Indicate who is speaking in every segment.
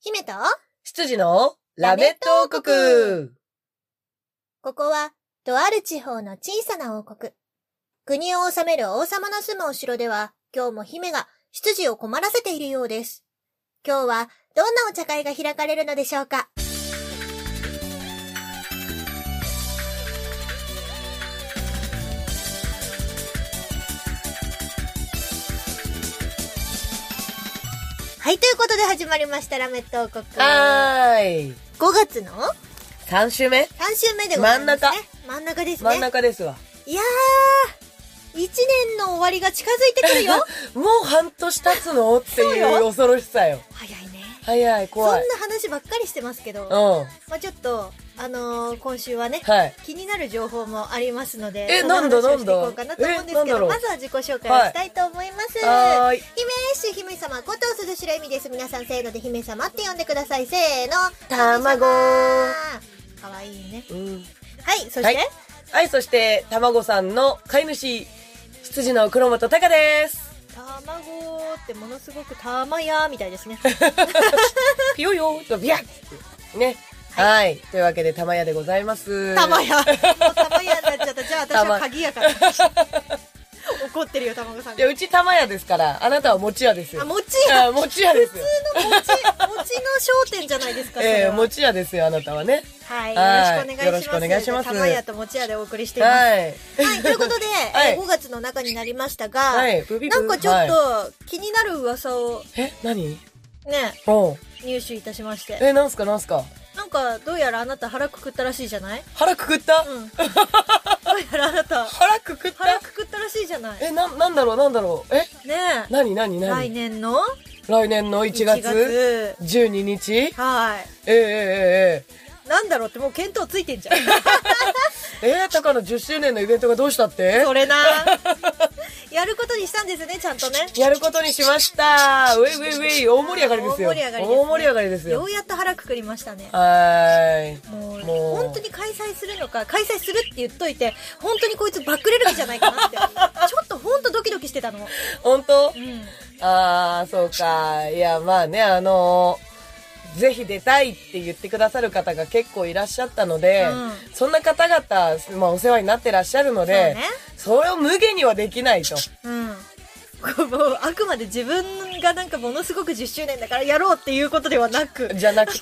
Speaker 1: 姫と、
Speaker 2: 羊のラメット王国
Speaker 1: ここは、とある地方の小さな王国。国を治める王様の住むお城では、今日も姫が執事を困らせているようです。今日は、どんなお茶会が開かれるのでしょうかはい、ということで始まりました、ラメット王国。5
Speaker 2: はーい。
Speaker 1: 月の
Speaker 2: 3週目
Speaker 1: 3週目でございますね。真ん中。真ん中ですね。
Speaker 2: 真ん中ですわ。
Speaker 1: いやー、一年の終わりが近づいてくるよ。
Speaker 2: もう半年経つのっていう恐ろしさよ。
Speaker 1: 早いね。
Speaker 2: 早い、
Speaker 1: そんな
Speaker 2: 怖い。
Speaker 1: 話ばっかりしてますけど、
Speaker 2: うん。
Speaker 1: まあちょっと、あのー今週はね、
Speaker 2: はい。
Speaker 1: 気になる情報もありますので、
Speaker 2: え
Speaker 1: その
Speaker 2: なんだ
Speaker 1: 話をしていこ
Speaker 2: な
Speaker 1: うんか
Speaker 2: だ
Speaker 1: なと思うんですけ
Speaker 2: えなんだろ
Speaker 1: ど、
Speaker 2: う
Speaker 1: まずは自己紹介をしたいと思います。
Speaker 2: はーい。
Speaker 1: 姫主姫様、ことすずしろえみです。皆さん、せーので姫様って呼んでください。せーの。
Speaker 2: 卵
Speaker 1: 様かわいいね。
Speaker 2: うん。
Speaker 1: はい、そして、
Speaker 2: はいはい、そして、たまごさんの飼い主、羊の黒本隆です。
Speaker 1: 卵ってものすごく玉やみたいです ね。
Speaker 2: ピヨヨーとビャッってね。はい。というわけで、玉屋でございます。
Speaker 1: 玉屋。もう玉屋になっちゃった。じゃあ私は
Speaker 2: 玉
Speaker 1: 鍵屋 から。怒ってるよ、玉子さん
Speaker 2: い
Speaker 1: が
Speaker 2: や、。うち玉屋ですから、あなたは餅屋ですよ。
Speaker 1: あ、餅屋。
Speaker 2: あ餅屋ですよ。
Speaker 1: 普通の餅、餅の商店じゃないです か、それ
Speaker 2: ええ
Speaker 1: は。
Speaker 2: 餅屋ですよ、あなたはね。
Speaker 1: はい、よろしくお
Speaker 2: はいよろしくお
Speaker 1: 願
Speaker 2: 願
Speaker 1: いし
Speaker 2: いし
Speaker 1: ま。
Speaker 2: ますす
Speaker 1: 玉屋と餅屋でお送りしています。は
Speaker 2: はい。
Speaker 1: い、ということで、
Speaker 2: はい
Speaker 1: えー5月の中になりましたが、
Speaker 2: はい。ブビブ
Speaker 1: なんかちょっ
Speaker 2: はい
Speaker 1: と気になる噂を
Speaker 2: え、何
Speaker 1: ね、
Speaker 2: おう
Speaker 1: 入手いたしまして。
Speaker 2: え、なんすかなんすか
Speaker 1: なんか、どうやらあなた腹くくったらしいじゃない
Speaker 2: 腹くくった、
Speaker 1: うん。どうやらあなた
Speaker 2: 腹くくっ
Speaker 1: 腹
Speaker 2: た
Speaker 1: くくったらしいじゃない
Speaker 2: え、な、なんだろうなんだろうえ、
Speaker 1: ねえ。
Speaker 2: なになになに
Speaker 1: 来年の
Speaker 2: 来年の1月12日え
Speaker 1: は
Speaker 2: ええ
Speaker 1: いなんだろうってもう見当つい てんじゃん
Speaker 2: えええええたかの10周年のイベントがどうしたって
Speaker 1: それなやることにしたんですねちゃんとね
Speaker 2: やることにしましたウェイウェイウェイ大盛り上がりですよ
Speaker 1: 大盛り上がりですね
Speaker 2: 大盛り上がりです
Speaker 1: よ
Speaker 2: よ
Speaker 1: うやっと腹くくりましたね
Speaker 2: はーい
Speaker 1: もう
Speaker 2: もう
Speaker 1: 本当に開催するのか開催するって言っといて本当にこいつバックれるんじゃないか なってちょっと本当ドキドキしてたの
Speaker 2: 本当
Speaker 1: うん
Speaker 2: ああ、そうか。いや、まあね、あのーぜひ出たいって言ってくださる方が結構いらっしゃったので、
Speaker 1: うん
Speaker 2: そんな方々、まあお世話になってらっしゃるの
Speaker 1: そう
Speaker 2: で、
Speaker 1: ね
Speaker 2: それを無限にはできないと。
Speaker 1: うんこうもうあくまで自分がなんかものすごく10周年だからやろうっていうことではなく
Speaker 2: じ ゃなくて、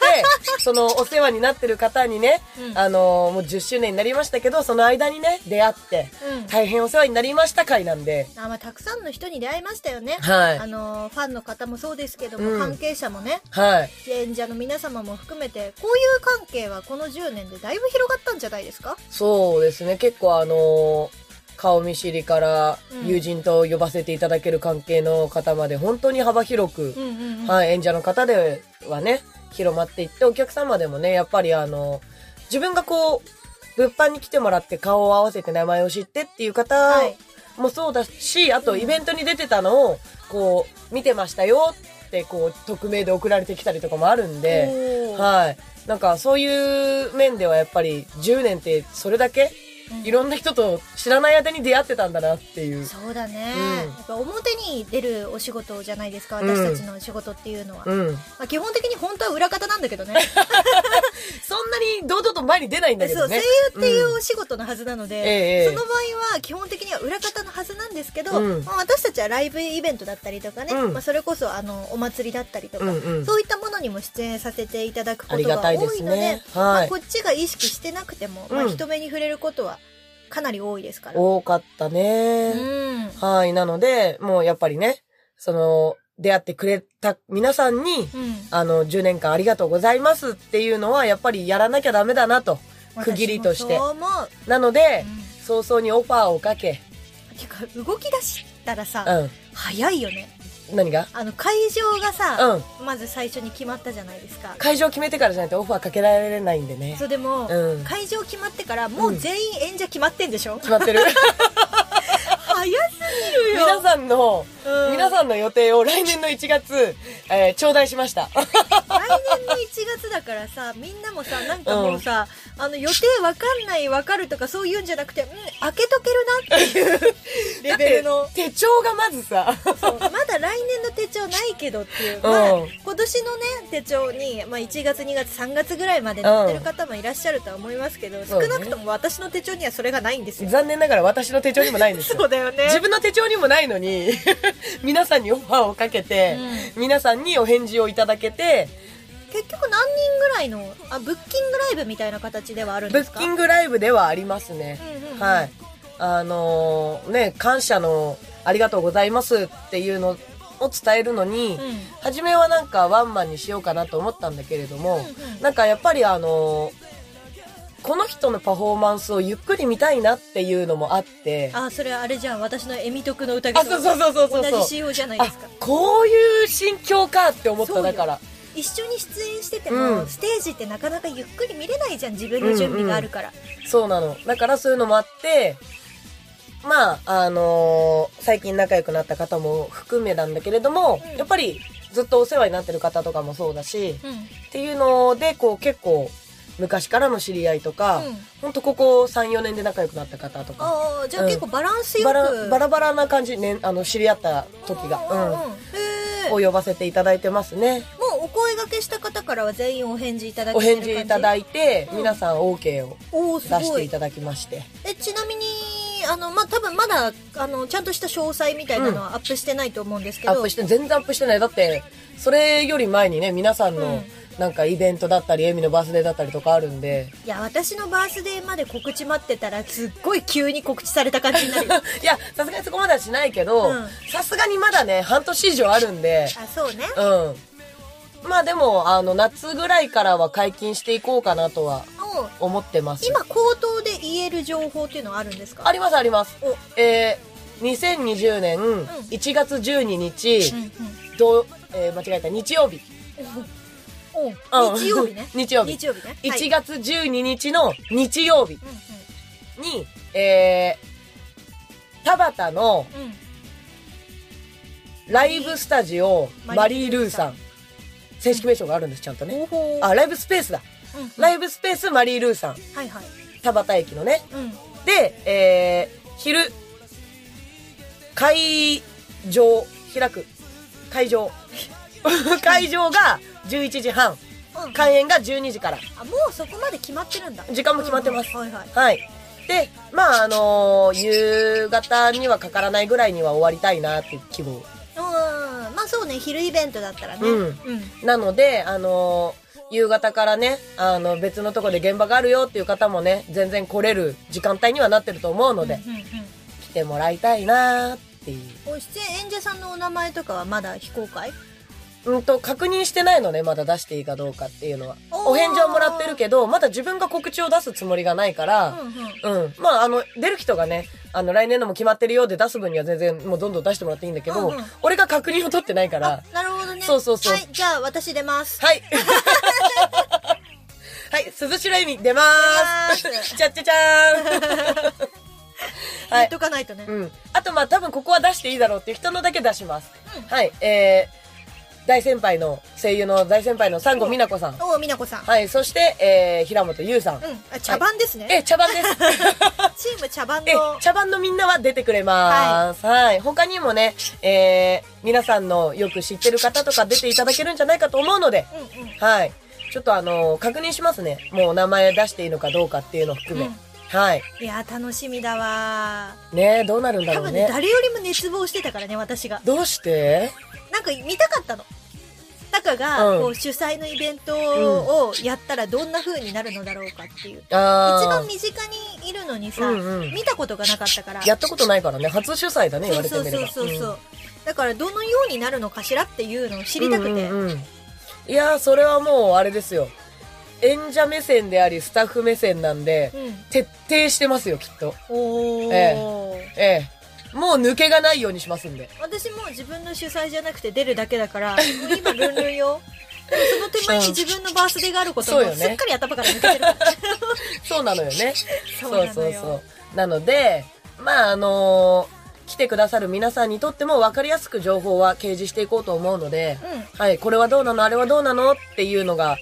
Speaker 2: そのお世話になってる方にね、
Speaker 1: うん
Speaker 2: あのーもう10周年になりましたけど、その間にね、出会って、
Speaker 1: うん
Speaker 2: 大変お世話になりました回なんで、
Speaker 1: あまあ、たくさんの人に出会いましたよね、
Speaker 2: はい
Speaker 1: あのーファンの方もそうですけども、
Speaker 2: うん
Speaker 1: 関係者もね
Speaker 2: はい。
Speaker 1: 演者の皆様も含めてこういう関係はこの10年でだいぶ広がったんじゃないですか
Speaker 2: そうですね、結構あのー顔見知りから
Speaker 1: うん
Speaker 2: 友人と呼ばせていただける関係の方まで本当に幅広く、
Speaker 1: うんうんうん、
Speaker 2: はい、演者の方ではね、広まっていって、お客様でもね、やっぱりあの、自分がこう、物販に来てもらって顔を合わせて名前を知ってっていう方
Speaker 1: はい
Speaker 2: もそうだし、あ
Speaker 1: う
Speaker 2: と
Speaker 1: ん
Speaker 2: イベントに出てたのを、こう、見てましたよって、こう、匿名で送られてきたりとかもあるんで、
Speaker 1: おー
Speaker 2: はい。なんかそういう面ではやっぱり10年ってそれだけ
Speaker 1: うん
Speaker 2: いろんな人と知らない間に出会ってたんだなっていう。
Speaker 1: そうだね、
Speaker 2: うん
Speaker 1: やっぱ表に出るお仕事じゃないですか私たちの仕事っていうのは、ま
Speaker 2: うん。
Speaker 1: あ、基本的に本当は裏方なんだけどね
Speaker 2: そんなに堂々と前に出 ないんだけ
Speaker 1: そう
Speaker 2: ど
Speaker 1: 声優
Speaker 2: ね。
Speaker 1: っていうお仕事のはずなので、
Speaker 2: うんええ
Speaker 1: その場合は基本的には裏方のはずなんですけど、
Speaker 2: うん
Speaker 1: まあ、私たちはライブイベントだったりとかね、
Speaker 2: うん
Speaker 1: まあ、それこそあのお祭りだったりとか、
Speaker 2: うんうん
Speaker 1: そういったものにも出演させていただくこ
Speaker 2: あ
Speaker 1: と
Speaker 2: りが
Speaker 1: が
Speaker 2: た
Speaker 1: 多い
Speaker 2: い
Speaker 1: の
Speaker 2: で
Speaker 1: で、
Speaker 2: すね。
Speaker 1: ま
Speaker 2: は
Speaker 1: あ、
Speaker 2: い
Speaker 1: こ。っちが意識してなくても、まあ、
Speaker 2: うん
Speaker 1: 人目に触れることはかなり多いですから。
Speaker 2: 多かった
Speaker 1: う
Speaker 2: ね。
Speaker 1: ん
Speaker 2: はい。なので、もうやっぱりね、その、出会ってくれた皆さんに、
Speaker 1: うん
Speaker 2: あの、10年間ありがとうございますっていうのは、やっぱりやらなきゃダメだなと。区切りとして
Speaker 1: 私もそう思う、
Speaker 2: なので、
Speaker 1: う
Speaker 2: 早々にオファーをかけ、
Speaker 1: んてか動き出したらさ、
Speaker 2: う
Speaker 1: 早いよね
Speaker 2: ん。何が
Speaker 1: あの会場がさ、
Speaker 2: うん。
Speaker 1: まず最初に決まったじゃないですか
Speaker 2: 会場決めてからじゃないとオファーかけられないんでね
Speaker 1: そ。れでも、
Speaker 2: うん。
Speaker 1: 会場決まってからもう全員演者決まってんでし ょ、
Speaker 2: 決まっ てる
Speaker 1: 早すぎるよ
Speaker 2: 皆さんの、
Speaker 1: うん
Speaker 2: 皆さんの予定を来年の1月、えー頂戴しました。
Speaker 1: 来年の1月だからさみんなもさなんかもうさ、あの予定わかんないわかるとかそういうんじゃなくてうん開けとけるなっていうレ
Speaker 2: だっ
Speaker 1: レベル
Speaker 2: て
Speaker 1: の、
Speaker 2: 手帳がまずさ、
Speaker 1: そうまだ来年の手帳ないけどっていう、
Speaker 2: うん
Speaker 1: まあ、今年のね、手帳に、まあ、1月、2月、3月ぐらいまで載ってる方もいらっしゃるとは思いますけど、
Speaker 2: そう
Speaker 1: 少
Speaker 2: ね
Speaker 1: なくとも私の手帳にはそれがないんですよ。
Speaker 2: 残念ながら私の手帳にもないんですよ
Speaker 1: そ。うだよね。
Speaker 2: 自分の手帳にもないのに 皆さんにオファーをかけて、皆さんにお返事をいただけて
Speaker 1: 結局何人ぐらいのあブッキングライブみたいな形ではあるん
Speaker 2: ブ
Speaker 1: です
Speaker 2: ッ
Speaker 1: か
Speaker 2: キングライブではありますね、
Speaker 1: うんうんうん
Speaker 2: はいあのーね感謝のありがとうございますっていうのを伝えるのに、
Speaker 1: うん
Speaker 2: 初めはなんかワンマンにしようかなと思ったんだけれども、
Speaker 1: うんうん
Speaker 2: なんかやっぱりあのーこの人のパフォーマンスをゆっくり見たいなっていうのもあって
Speaker 1: あそれあれじゃん私のエミトクの宴
Speaker 2: あそうそうそうそうそう
Speaker 1: 同じ仕様じゃないで
Speaker 2: あ
Speaker 1: すか
Speaker 2: こういう心境かって思っ
Speaker 1: そ
Speaker 2: た
Speaker 1: うよ
Speaker 2: だから
Speaker 1: 一緒に出演してても、
Speaker 2: うん
Speaker 1: ステージってなかなかゆっくり見れないじゃん自分の準備があるから、
Speaker 2: そうなの。だからそういうのもあって、まあ、あのー最近仲良くなった方も含めなんだけれども、
Speaker 1: うん
Speaker 2: やっぱりずっとお世話になってる方とかもそうだし、
Speaker 1: うん
Speaker 2: っていうので、こう結構昔からの知り合いとか、
Speaker 1: うん
Speaker 2: ほんとここ3、4年で仲良くなった方とか、
Speaker 1: ああじゃあ
Speaker 2: うん
Speaker 1: 結構バランスよ
Speaker 2: バ
Speaker 1: く、
Speaker 2: ラバラバラな感じ、ね、あの、知り合った時
Speaker 1: うんうん
Speaker 2: が、
Speaker 1: うんへ
Speaker 2: う
Speaker 1: え
Speaker 2: ん、
Speaker 1: も
Speaker 2: を
Speaker 1: う
Speaker 2: 呼ばせていただいてますね。
Speaker 1: お声掛けした方からは全員お返事いただけ
Speaker 2: お
Speaker 1: てる
Speaker 2: 返
Speaker 1: 感
Speaker 2: 事
Speaker 1: じ
Speaker 2: いただいて、
Speaker 1: うん
Speaker 2: 皆さん OK を
Speaker 1: おお
Speaker 2: 出
Speaker 1: す
Speaker 2: し
Speaker 1: ご
Speaker 2: てい
Speaker 1: い
Speaker 2: ただきまして。
Speaker 1: えちなみにあのまあ多分まだあのちゃんとした詳細みたいなのはアップしてないと思うんですけ
Speaker 2: ア
Speaker 1: ど、
Speaker 2: ップして全然アップしてないだってそれより前にね皆さん
Speaker 1: うん
Speaker 2: のなんかイベントだったりエミのバースデーだったりとかあるんで
Speaker 1: いや、私のバースデーまで告知待ってたら、すっごい急に告知された感じになる よ。
Speaker 2: いやさすがにそこまではしないけど
Speaker 1: うん
Speaker 2: さすがにまだね半年以上あるんで
Speaker 1: あ、そうね。
Speaker 2: うんまあでもあの夏ぐらいからは解禁していこうかなとは
Speaker 1: もう、
Speaker 2: 思ってます
Speaker 1: 今、口頭で言える情報っていうのはあるんですか
Speaker 2: ありますあります
Speaker 1: お、うん、
Speaker 2: えー、2020年1月12日、どえー間違えた日曜日
Speaker 1: うん。
Speaker 2: う
Speaker 1: お
Speaker 2: ん。
Speaker 1: 日曜日ね
Speaker 2: 日曜日
Speaker 1: 日曜日ね。はい
Speaker 2: 1月12日の日曜日
Speaker 1: う
Speaker 2: に、えー、田畑の
Speaker 1: んうんうん。
Speaker 2: ライブスタジオ、
Speaker 1: マ
Speaker 2: マ
Speaker 1: リ
Speaker 2: リ
Speaker 1: ー
Speaker 2: ー・
Speaker 1: ル
Speaker 2: ル
Speaker 1: ー
Speaker 2: ー
Speaker 1: さ
Speaker 2: さ
Speaker 1: ん
Speaker 2: ん。正式名称があるんです、ちゃんとね。
Speaker 1: 方法
Speaker 2: あ、ライブスペースだ。
Speaker 1: うんうん
Speaker 2: ライブスペース、マリー・ルーさん。
Speaker 1: はいはい。
Speaker 2: 田畑駅のね。
Speaker 1: うん。
Speaker 2: で、えー、昼、会場、開く。会場。会場が11時半。
Speaker 1: うん
Speaker 2: 開演が12時から。
Speaker 1: あ、もうそこまで決まってるんだ。
Speaker 2: 時間も決まってます
Speaker 1: うんうんはいはい。
Speaker 2: はい。で、まあ、あのー夕方にはかからないぐらいには終わりたいなっていう希
Speaker 1: う
Speaker 2: 望。
Speaker 1: ん。まあそうね、昼イベントだったらね。
Speaker 2: うん
Speaker 1: うん。
Speaker 2: なので、あのー夕方からね、あの、別のとこで現場があるよっていう方もね、全然来れる時間帯にはなってると思うので、
Speaker 1: うんうんうん
Speaker 2: 来てもらいたいなーってい
Speaker 1: お出演演者さんのお名前とかはまだ非公開
Speaker 2: う。うんと、確認してないのね、まだ出していいかどうかっていうのは。
Speaker 1: おー
Speaker 2: お返事はもらってるけど、まだ自分が告知を出すつもりがないか
Speaker 1: う
Speaker 2: ら、
Speaker 1: んうん。
Speaker 2: うん。まあ、あの、出る人がね、あの、来年のも決まってるようで出す分には全然、もうどんどん出してもらっていいんだけど、
Speaker 1: うんうん
Speaker 2: 俺が確認を取ってないから、
Speaker 1: なるほどね。
Speaker 2: そうそうそう
Speaker 1: はい、じゃあ私出ます。
Speaker 2: はい。 はい、鈴代恵美出ま
Speaker 1: 出まーす
Speaker 2: す。ちゃっちゃちゃーん。は
Speaker 1: 言っ
Speaker 2: い。
Speaker 1: とかないとね。
Speaker 2: うん。あと、まあ、多分ここは出していいだろうっていう人のだけ出します。
Speaker 1: うん
Speaker 2: はい。えー、大先輩の、声優の大先輩の三郷美奈子さん。
Speaker 1: おお、みなこさん。う
Speaker 2: はい。そして、えー、平本優さん。
Speaker 1: ん。あ茶番ですね。
Speaker 2: え、茶番です。
Speaker 1: チーム茶番の
Speaker 2: え。、茶番のみんなは出てくれます。はい。他にもね、えー、皆さんのよく知ってる方とか出ていただけるんじゃないかと思うので、
Speaker 1: うんうん。
Speaker 2: はい。ちょっとあの確認しますね。もう名前出していいのかどうかっていうのを含め。
Speaker 1: うん
Speaker 2: はい。
Speaker 1: いやー、楽しみだわ
Speaker 2: ねえどうなるん
Speaker 1: ー。
Speaker 2: だ
Speaker 1: 多
Speaker 2: ろう
Speaker 1: 分ね、
Speaker 2: ね。
Speaker 1: 誰よりも熱望してたからね、私が。
Speaker 2: どうして
Speaker 1: なんか見たかったの。タカが、
Speaker 2: うん
Speaker 1: こう、主催のイベントをやったらどんな風になるのだろうかっていう。一
Speaker 2: あ
Speaker 1: 番身近にいるのにさ、
Speaker 2: うんうん
Speaker 1: 見たことがなかったから。
Speaker 2: あ。やったことないからね。初主催だね、言われて
Speaker 1: そう
Speaker 2: みれ
Speaker 1: そう
Speaker 2: ば。
Speaker 1: そうそうそうう。だから、どのようになるのかしらっていうのを知
Speaker 2: 知
Speaker 1: りたくて。
Speaker 2: いやー、それはもうあれですよ。演者目線であり、スタッフ目線なんで、
Speaker 1: うん
Speaker 2: 徹底してますよ、きっと。
Speaker 1: おー、
Speaker 2: ええ。もう抜けがないようにしますんで。
Speaker 1: 私もう自分の主催じゃなくて出るだけだからもう今ルンルンよでもその手前に自分のバースデーがあること
Speaker 2: そう
Speaker 1: も
Speaker 2: よね
Speaker 1: すっかり頭から抜けてるから、
Speaker 2: そうなのよね。
Speaker 1: そ
Speaker 2: そうう
Speaker 1: なのよ
Speaker 2: そうそう。なので、まああの来てくださる皆さんにとっても分かりやすく情報は掲示していこうと思うので、はい、これはどうなの、あれはどうなのっていうのが、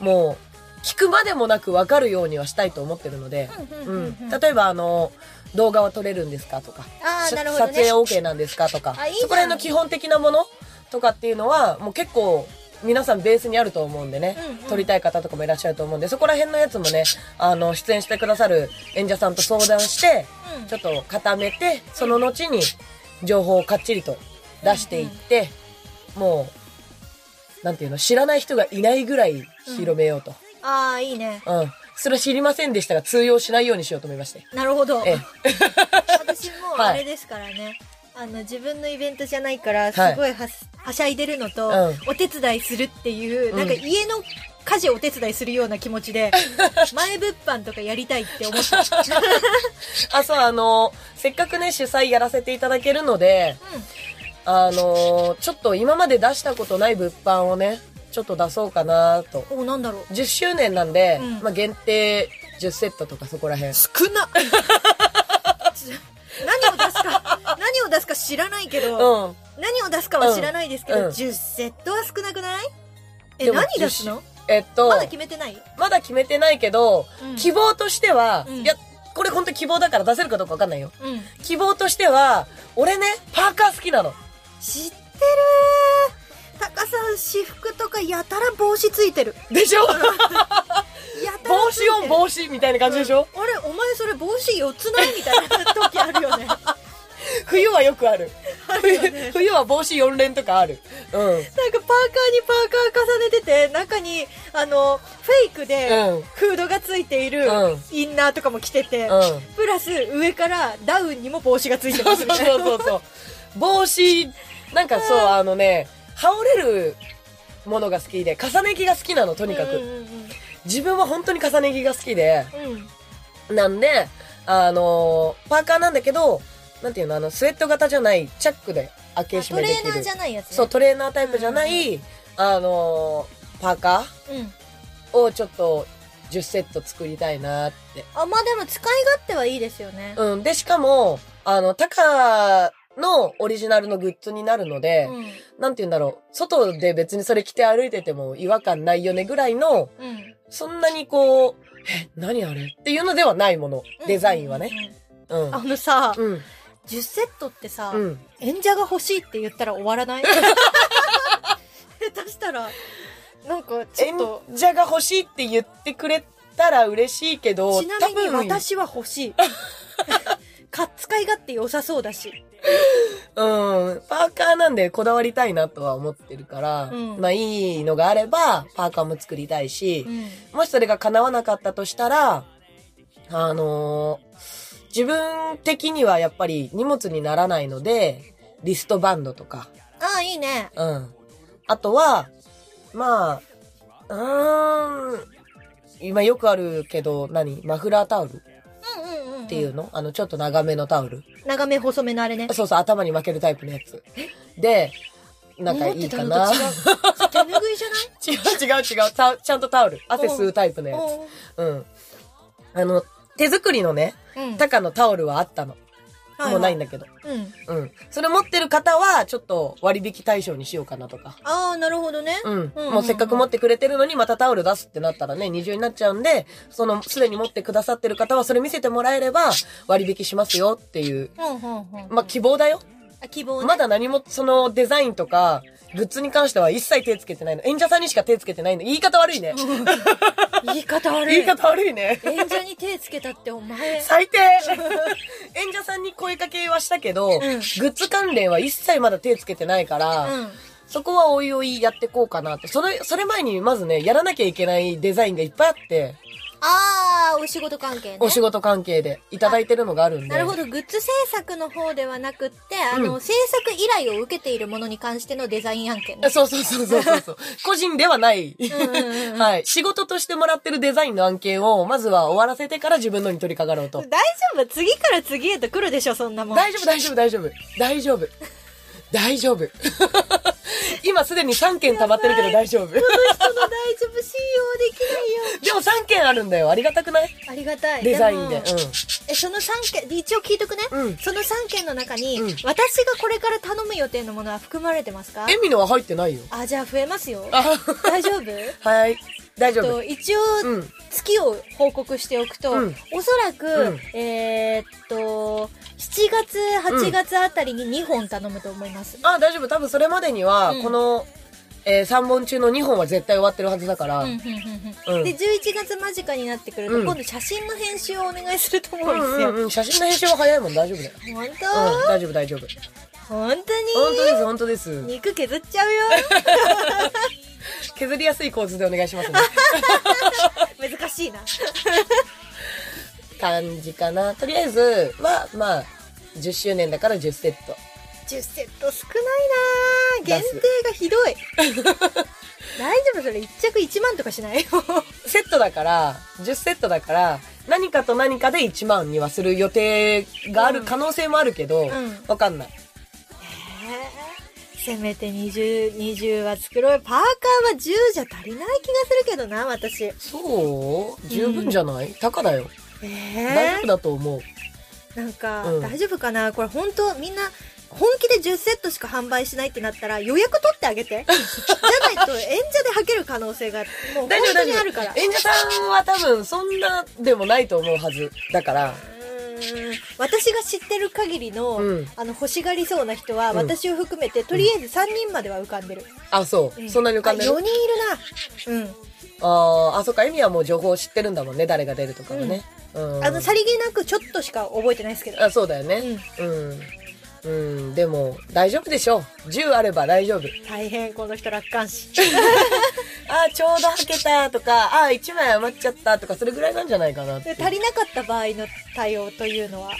Speaker 2: もう、聞くまでもなく分かるようにはしたいと思ってるので、
Speaker 1: う
Speaker 2: うん
Speaker 1: うんうん
Speaker 2: ん、
Speaker 1: うん。
Speaker 2: 例えばあの動画は撮れるんですかとか、
Speaker 1: ああ、
Speaker 2: し
Speaker 1: なるほ
Speaker 2: 撮
Speaker 1: どね。
Speaker 2: 影 OK なんですかとか
Speaker 1: あいいじゃん
Speaker 2: そこら辺の基本的なものとかっていうのはもう結構皆さんベースにあると思うんでね、
Speaker 1: うんうん
Speaker 2: 撮りたい方とかもいらっしゃると思うんでそこら辺のやつもねあの出演してくださる演者さんと相談して
Speaker 1: うん
Speaker 2: ちょっと固めてその後に情報をかっちりと出していって、もうなんていうの知らない人がいないぐらい広めようと、
Speaker 1: ああ、いいね。
Speaker 2: うんそれは知りませんでしたが通用しないようにしようと思いまして
Speaker 1: なるほど。
Speaker 2: ええ
Speaker 1: 私もう
Speaker 2: はい
Speaker 1: あれですからね。あの、自分のイベントじゃないから、す
Speaker 2: はい
Speaker 1: ごいはすはしゃいでるのと、
Speaker 2: うん
Speaker 1: お手伝いするっていう、
Speaker 2: うん
Speaker 1: なんか家の家事お手伝いするような気持ち で、前物販とかやりたいって思った。
Speaker 2: あ、そう、あの、せっかくね、主催やらせていただけるので、あの、ちょっと今まで出したことない物販をね、ちょっと出そうかなと。
Speaker 1: うん。お、なんだろう。
Speaker 2: 10周年なんで、
Speaker 1: うん
Speaker 2: まあ、限定10セットとかそこら辺。
Speaker 1: 少な 何を出すか、何を出すか知らないけど、
Speaker 2: うん。
Speaker 1: 何を出すかは知らないですけど、
Speaker 2: うんうん
Speaker 1: 10セットは少なくないえ、
Speaker 2: でも
Speaker 1: 何出すの
Speaker 2: えっ
Speaker 1: ま
Speaker 2: と、ま
Speaker 1: だ
Speaker 2: だ
Speaker 1: 決めてない、
Speaker 2: 決めてないけど、
Speaker 1: うん、
Speaker 2: 希望としては、
Speaker 1: うん
Speaker 2: いや、これ本当希望だから出せるかどうかわかんないよ。
Speaker 1: うん。
Speaker 2: 希望としては、俺ね、パーカー好きなの。
Speaker 1: 知ってるータカさん私服とかやたら帽子ついてる
Speaker 2: でしょ
Speaker 1: やたら
Speaker 2: 帽
Speaker 1: つ
Speaker 2: 子
Speaker 1: いて
Speaker 2: オン
Speaker 1: る
Speaker 2: 帽子みたいな感じでしょ、
Speaker 1: あれお前それ帽子4つないみたいな時あるよ ね
Speaker 2: 冬はよくある。
Speaker 1: あるよね
Speaker 2: 冬は帽子4連とかある。うん。
Speaker 1: なんかパーカーにパーカー重ねてて中にあのフェイクで
Speaker 2: うん。
Speaker 1: フードがついている
Speaker 2: うん
Speaker 1: インナーとかも着てて、
Speaker 2: うん。
Speaker 1: プラス上からダウンにも帽子がついて
Speaker 2: そ
Speaker 1: ま
Speaker 2: う
Speaker 1: す
Speaker 2: そう
Speaker 1: みたいな
Speaker 2: そうそう。帽子、なんかそう、あのね、羽織れるものが好きで、重ね着が好きなの、とにか
Speaker 1: うん
Speaker 2: く。
Speaker 1: うん
Speaker 2: 自分は本当に重ね着が好きで、
Speaker 1: うんうん
Speaker 2: なんで、あのーパーカーなんだけど、なんていうの、あの、スウェット型じゃない、チャックで開け
Speaker 1: あ
Speaker 2: 閉
Speaker 1: ト
Speaker 2: め
Speaker 1: レ
Speaker 2: で
Speaker 1: ー
Speaker 2: き
Speaker 1: ナー
Speaker 2: る
Speaker 1: じ。ゃないやつ、ね、
Speaker 2: そう、トレーナータイプじゃない、あのーパーカ
Speaker 1: うん
Speaker 2: ーをちょっと10セット作りたいなって。
Speaker 1: あまあでも使い勝手はいいですよね
Speaker 2: うん。で、しかも、あの、タカのオリジナルのグッズになるので、
Speaker 1: うん
Speaker 2: なんて言うんだろう。外で別にそれ着て歩いてても違和感ないよねぐらいの、
Speaker 1: うん
Speaker 2: そんなにこう、え、何あれっていうのではないもの。デザインはね。うん。
Speaker 1: あのさ、
Speaker 2: うん。
Speaker 1: 10セットってさ、
Speaker 2: うん。
Speaker 1: 演者が欲しいって言ったら終わらない 下手したら、なんかちょっと、
Speaker 2: 演者が欲しいって言ってくれたら嬉しいけど、
Speaker 1: ちなみに
Speaker 2: 多分、
Speaker 1: 私は欲 しい。かっ使い勝手良さそうだし。
Speaker 2: うん、パーカーなんでこだわりたいなとは思ってるから、
Speaker 1: うん
Speaker 2: まあいいのがあれば、パーカーも作りたいし、
Speaker 1: うん。
Speaker 2: もしそれが叶わなかったとしたら、あのー自分的にはやっぱり荷物にならないので、リストバンドとか、
Speaker 1: ああ、いいね。
Speaker 2: うん。あとは、まあ、うーん、今よくあるけど、何マフラータオル
Speaker 1: うんうんうん、
Speaker 2: っていう。の、あの、ちょっと長めのタオル。
Speaker 1: 長め細めのあれね。
Speaker 2: そうそう、頭に巻けるタイプのやつ。で、なんかいいか
Speaker 1: 思
Speaker 2: な。
Speaker 1: ってたのと違う。手拭いじゃない
Speaker 2: 違う違う違うたちゃんとタオル。汗吸うタイプの や
Speaker 1: おう
Speaker 2: つ。うん。あの、手作りのね、
Speaker 1: うん
Speaker 2: タカのタオルはあったの。
Speaker 1: はは
Speaker 2: もうないんだけど。
Speaker 1: うん。
Speaker 2: うん。それ持ってる方は、ちょっと割引対象にしようかなとか。
Speaker 1: ああ、なるほどね。
Speaker 2: うん。
Speaker 1: うん
Speaker 2: もうせっかく持ってくれてるのにまたタオル出すってなったらね、二重になっちゃうんで、その、すでに持ってくださってる方はそれ見せてもらえれば割引しますよっていう。
Speaker 1: うんうんうん。
Speaker 2: まあ、希望だよ。
Speaker 1: あ、希望ね。
Speaker 2: まだ何も、そのデザインとか、グッズに関しては一切手つけてないの。演者さんにしか手つけてないの。言い方悪いね。
Speaker 1: 言い方悪い。
Speaker 2: 言い方悪いね。
Speaker 1: 演者に手つけたってお 前。
Speaker 2: 最低演者さんに声かけはしたけど、グッズ関連は一切まだ手つけてないから、
Speaker 1: うん。
Speaker 2: そこはおいおいやってこうかなって。それ、それ前にまずね、やらなきゃいけないデザインがいっぱいあって、
Speaker 1: ああ、お仕事関係ね。
Speaker 2: お仕事関係でいただいてるのがあるんで。
Speaker 1: なるほど、グッズ制作の方ではなくって、あの、
Speaker 2: う
Speaker 1: 制作依頼を受けているものに関してのデザイン案件ね。
Speaker 2: そうそうそうそうそ うそう。個人ではない。
Speaker 1: うんうんうん
Speaker 2: はい。仕事としてもらってるデザインの案件を、まずは終わらせてから自分のに取り掛かろうと
Speaker 1: 大。丈夫次から次へと来るでしょ、そんなもん。
Speaker 2: 大丈夫、大丈夫、大丈夫。大丈夫。大丈夫。 今すでに3件溜まってるけど大丈夫。で
Speaker 1: その大丈夫信用できないよ。
Speaker 2: も3件あるんだよ。ありがたくない
Speaker 1: ありがたい。
Speaker 2: デザインで。うん
Speaker 1: も。え、その3件、一応聞いとくね。
Speaker 2: うん
Speaker 1: その3件の中に、
Speaker 2: うん
Speaker 1: 私がこれから頼む予定のものは含まれてますか
Speaker 2: エミのは入ってないよ。
Speaker 1: あ、じゃあ増えますよ。
Speaker 2: あ
Speaker 1: 大丈夫
Speaker 2: はい。大丈
Speaker 1: えっと
Speaker 2: 夫。
Speaker 1: 一応、
Speaker 2: うん。
Speaker 1: 月を報告しておくと、
Speaker 2: うん
Speaker 1: おそらく、
Speaker 2: うん
Speaker 1: えーっと、7月、8月あたりに2本頼むと思います。
Speaker 2: あ、大丈夫。多分それまでには、
Speaker 1: うん
Speaker 2: この、え3本中の2本は絶対終わってるはずだから。
Speaker 1: うんうんうんう
Speaker 2: うんん
Speaker 1: で、11月間近になってくると、
Speaker 2: うん
Speaker 1: 今度写真の編集をお願いすると思
Speaker 2: う
Speaker 1: うん
Speaker 2: ん
Speaker 1: です
Speaker 2: う
Speaker 1: よ。
Speaker 2: んうん。写真の編集は早いもん、大丈夫だよ。
Speaker 1: 本
Speaker 2: うん、大丈夫、大丈夫。
Speaker 1: 当、本
Speaker 2: 本当
Speaker 1: 当
Speaker 2: で
Speaker 1: に
Speaker 2: す、本当です。
Speaker 1: 肉削っち ゃうよ。
Speaker 2: 削りやすい構図でお願いしますね。
Speaker 1: 難しいな。
Speaker 2: 感じかな。とりあえずは、まあ、10周年だから10セット。
Speaker 1: 10セット少ないなぁ限定がひどい大丈夫それ1着1万とかしないよ
Speaker 2: セットだから、10セットだから、何かと何かで1万にはする予定がある可能性もあるけど、
Speaker 1: ん
Speaker 2: わかんない。
Speaker 1: せめて2020は作ろうよパーカーは10じゃ足りない気がするけどな私え
Speaker 2: そう十分じゃない、高だよ。大丈夫
Speaker 1: え
Speaker 2: だと思う。
Speaker 1: なんか、
Speaker 2: うん
Speaker 1: 大丈夫かなこれ本当みんな本気で10セットしか販売しないってなったら予約取ってあげてじゃないと演者ではける可能性がもう本
Speaker 2: 大丈夫、
Speaker 1: 当
Speaker 2: 大
Speaker 1: に
Speaker 2: 丈
Speaker 1: あるから
Speaker 2: 夫。演者さんは多分そんなでもないと思うはず。だから、
Speaker 1: うーん私が知ってる限りの、
Speaker 2: うん
Speaker 1: あの欲しがりそうな人は、
Speaker 2: うん
Speaker 1: 私を含めてとりあえず3人までは浮かんでる、
Speaker 2: あ、そう。
Speaker 1: う
Speaker 2: そんなに浮かんでる
Speaker 1: あ4。人いるな
Speaker 2: あーあ、そっか、エミはもう情報知ってるんだもんね。誰が出るとかもね。うん。
Speaker 1: うんあのさりげなくちょっとしか覚えてないですけど
Speaker 2: あそうだよね。うん。うん、でも、大丈夫でしょう。10あれば大丈夫。
Speaker 1: 大変この人楽観 視
Speaker 2: あーちょうどはけたとか、あー1枚余っちゃったとか、それぐらいなんじゃないかなって
Speaker 1: で。足りなかった場合の対応というのは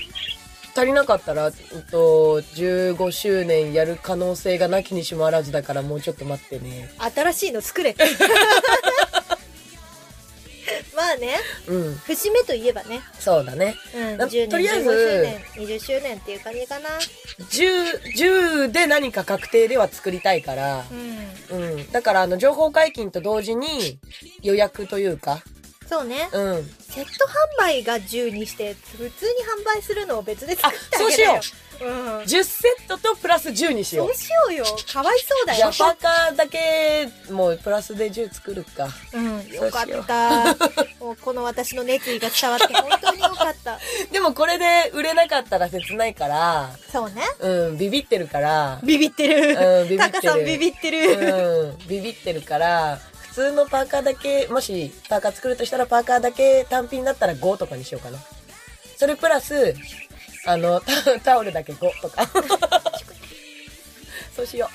Speaker 2: 足りなかったら、うんと、15周年やる可能性がなきにしもあらずだから、もうちょっと待ってね。
Speaker 1: 新しいの作 れまあね
Speaker 2: うん、
Speaker 1: 節目といえばね、
Speaker 2: そうだね。
Speaker 1: うん、10
Speaker 2: な
Speaker 1: 年
Speaker 2: とりあえず
Speaker 1: 15周年20周年っていう感じかな
Speaker 2: 10、10で何か確定では作りたいから
Speaker 1: う、ん
Speaker 2: うん。だから、あの、情報解禁と同時に予約というか、
Speaker 1: そうね
Speaker 2: うん。
Speaker 1: セット販売が10にして、普通に販売するのを別で作ってあげ
Speaker 2: あそうしよ
Speaker 1: う。うん。
Speaker 2: 10セットとプラス10にしよ
Speaker 1: そうう。しようよ。かわいそうだ
Speaker 2: じゃ
Speaker 1: よ
Speaker 2: あ。パーカーだけもうプラスで10作るか。
Speaker 1: うん。
Speaker 2: よ
Speaker 1: よか った。もうこの私の熱意が伝わって本当によかった。
Speaker 2: でもこれで売れなかったら切ないから、
Speaker 1: そうね。
Speaker 2: うん、ビビってるから、
Speaker 1: ビビってる。
Speaker 2: うんビビって
Speaker 1: タ
Speaker 2: る
Speaker 1: カさんビビってる。
Speaker 2: うん、ビビってるから、普通のパーカーだけ、もしパーカー作るとしたらパーカーだけ単品だったら5とかにしようかな。それプラス、あの、タタオルだけ5とか。 そうしよ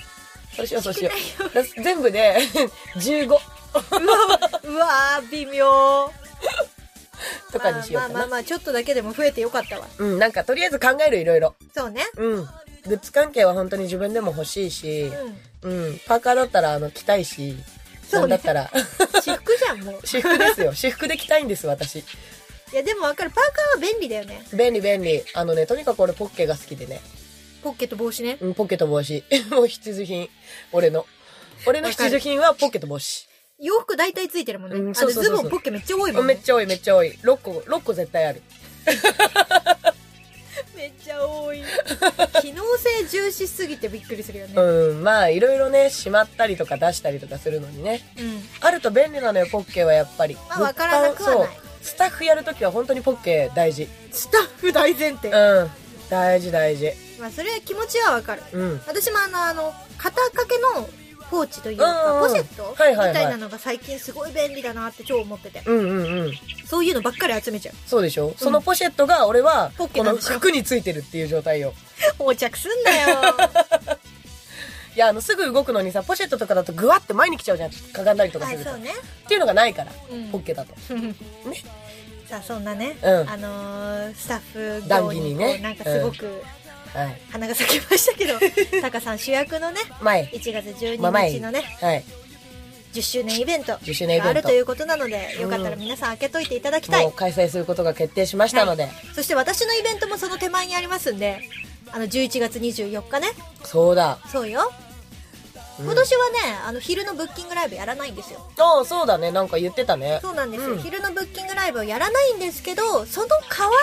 Speaker 2: う。そうしよう、そうしよう。だ全部で 15
Speaker 1: うわー、微妙。
Speaker 2: とかにしよう
Speaker 1: まあまあま
Speaker 2: か
Speaker 1: あ
Speaker 2: な。
Speaker 1: まあ、ちょっとだけでも増えてよかったわ。
Speaker 2: うん、なんかとりあえず考えるいろいろ。
Speaker 1: そうね。
Speaker 2: うん。グッズ関係は本当に自分でも欲しいし
Speaker 1: う、ん。
Speaker 2: うん。パーカーだったら、あの、着たいし、
Speaker 1: そうね
Speaker 2: なんだったら、
Speaker 1: 私服じゃん、 もう。
Speaker 2: 私服ですよ。私服で着たいんです、私。
Speaker 1: いや、でもわかる。パーカーは便利だよね。
Speaker 2: 便利便利。あのね、とにかく俺ポッケが好きでね。
Speaker 1: ポッケと帽子ね。
Speaker 2: うん、ポッケと帽子。 もう必需品。俺の。俺の必需品はポッケと帽子。
Speaker 1: 洋服大体ついてるもんね。
Speaker 2: うん
Speaker 1: あ
Speaker 2: そ
Speaker 1: の
Speaker 2: うそうそ
Speaker 1: ズ
Speaker 2: うそう
Speaker 1: ボンポッケめっちゃ多いも
Speaker 2: うんんめ
Speaker 1: ね
Speaker 2: っ。ちゃ多いめっちゃ多い。6個、6個絶対ある。
Speaker 1: めっちゃ多い 機能性重視しすぎてびっくりするよねうん、
Speaker 2: うん、まあいろいろね、しまったりとか出したりとかするのにね。あると便利なのよ、ポッケはやっぱり。
Speaker 1: まあわからなくはない
Speaker 2: 物販そうスタッフやるときは本当にポッケ大事。
Speaker 1: スタッフ大前提、
Speaker 2: うん。大事大事。
Speaker 1: まあそれは気持ちはわかる
Speaker 2: うん。
Speaker 1: 私もあのあの肩掛けのポーチという
Speaker 2: うん
Speaker 1: か
Speaker 2: うん
Speaker 1: ポシェット
Speaker 2: はいはいはい
Speaker 1: みたいなのが最近すごい便利だなって超思ってて
Speaker 2: うんうんうん。
Speaker 1: そういうのばっかり集めちゃう
Speaker 2: そうでしょ、そのポシェットが俺は、
Speaker 1: ポ
Speaker 2: こ
Speaker 1: ッケなん
Speaker 2: の
Speaker 1: でしょ
Speaker 2: 服についてるっていう状態よ。
Speaker 1: 横着すんなよ
Speaker 2: いや、あの、すぐ動くのにさ、ポシェットとかだとグワって前に来ちゃうじゃん。かがんだりとか
Speaker 1: は
Speaker 2: す
Speaker 1: い
Speaker 2: ると。
Speaker 1: そうね
Speaker 2: っていうのがないから、
Speaker 1: うん
Speaker 2: ポッケだと。
Speaker 1: さあそんなね、
Speaker 2: うん
Speaker 1: あのースタッフ
Speaker 2: 談
Speaker 1: 業
Speaker 2: 義
Speaker 1: に
Speaker 2: に
Speaker 1: こう
Speaker 2: ね
Speaker 1: なんかすごく
Speaker 2: はい。
Speaker 1: 花が咲きましたけど、タカさん主役のね
Speaker 2: 前。
Speaker 1: 1月12
Speaker 2: まあ前
Speaker 1: 日のね
Speaker 2: はい。
Speaker 1: 10周年イベント
Speaker 2: 10周年イ
Speaker 1: が
Speaker 2: ベ
Speaker 1: あ
Speaker 2: ン
Speaker 1: る
Speaker 2: ト
Speaker 1: と。いうことなので、よかったら皆さん開けといていただきたい、
Speaker 2: もう開催することが決定しましたので、
Speaker 1: そして私のイベントもその手前にありますんであの11月24日ね
Speaker 2: そうだ。
Speaker 1: そうよ、
Speaker 2: うん
Speaker 1: 今年はねあの昼のブッキングライブやらないんですよ
Speaker 2: ああ、そうだね。なんか言ってたね。
Speaker 1: そうなんですよ、
Speaker 2: うん
Speaker 1: 昼のブッキングライブをやらないんですけどその代わ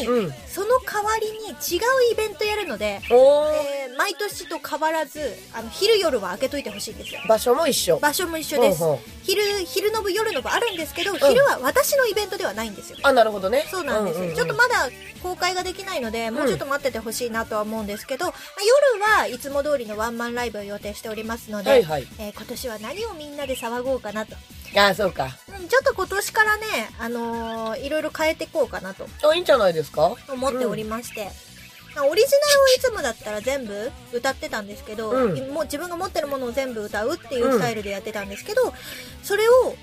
Speaker 1: りに、
Speaker 2: うん。
Speaker 1: その代わりに違うイベントやるので、
Speaker 2: おー。
Speaker 1: えー毎年と変わらず、あの、昼夜は開けといてほしいんですよ。
Speaker 2: 場所も一緒。
Speaker 1: 場所も一緒です
Speaker 2: ほうほう。
Speaker 1: 昼、昼の部、夜の部あるんですけど、昼は私のイベントではないんですよね。
Speaker 2: あ、なるほどね。
Speaker 1: そうなんですよ、
Speaker 2: ううう
Speaker 1: ちょっとまだ公開ができないので、もうちょっと待っててほしいなとは思うんですけど、まあ夜はいつも通りのワンマンライブを予定しておりますので、
Speaker 2: はいはい。
Speaker 1: えー今年は何をみんなで騒ごうかなと。
Speaker 2: あ、そうか。
Speaker 1: うん、ちょっと今年からね、あのーいろいろ変えていこうかなと
Speaker 2: あ、いいんじゃないですか
Speaker 1: 思っておりまして、まあオリジナルをいつもだったら全部歌ってたんですけど、
Speaker 2: うん
Speaker 1: もう自分が持ってるものを全部歌うっていうスタイルでやってたんですけど、それを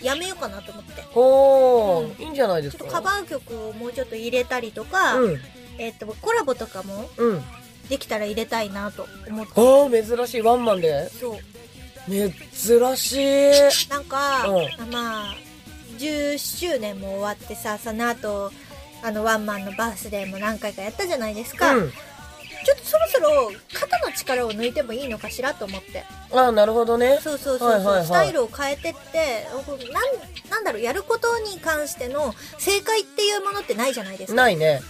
Speaker 1: やめようかなと思って。
Speaker 2: ほ
Speaker 1: うん
Speaker 2: ー、いいんじゃないです
Speaker 1: ちょ
Speaker 2: か
Speaker 1: っとカバー曲をもうちょっと入れたりとか、
Speaker 2: うん。
Speaker 1: えっと、コラボとかも
Speaker 2: うん。
Speaker 1: できたら入れたいなと思って。
Speaker 2: あー、珍しい。ワンマンで
Speaker 1: そう。
Speaker 2: 珍しい。
Speaker 1: なんか、
Speaker 2: う
Speaker 1: まあ、10周年も終わってさ、その後、あの、ワンマンのバースデーも何回かやったじゃないですか。
Speaker 2: うん。
Speaker 1: ちょっとそろそろ肩の力を抜いてもいいのかしらと思って。
Speaker 2: あー、なるほどね。
Speaker 1: そうそうそうそう、
Speaker 2: はいはいはい
Speaker 1: スタイルを変えてって、なん、なんだろう、やることに関しての正解っていうものってないじゃないですか。
Speaker 2: ないね。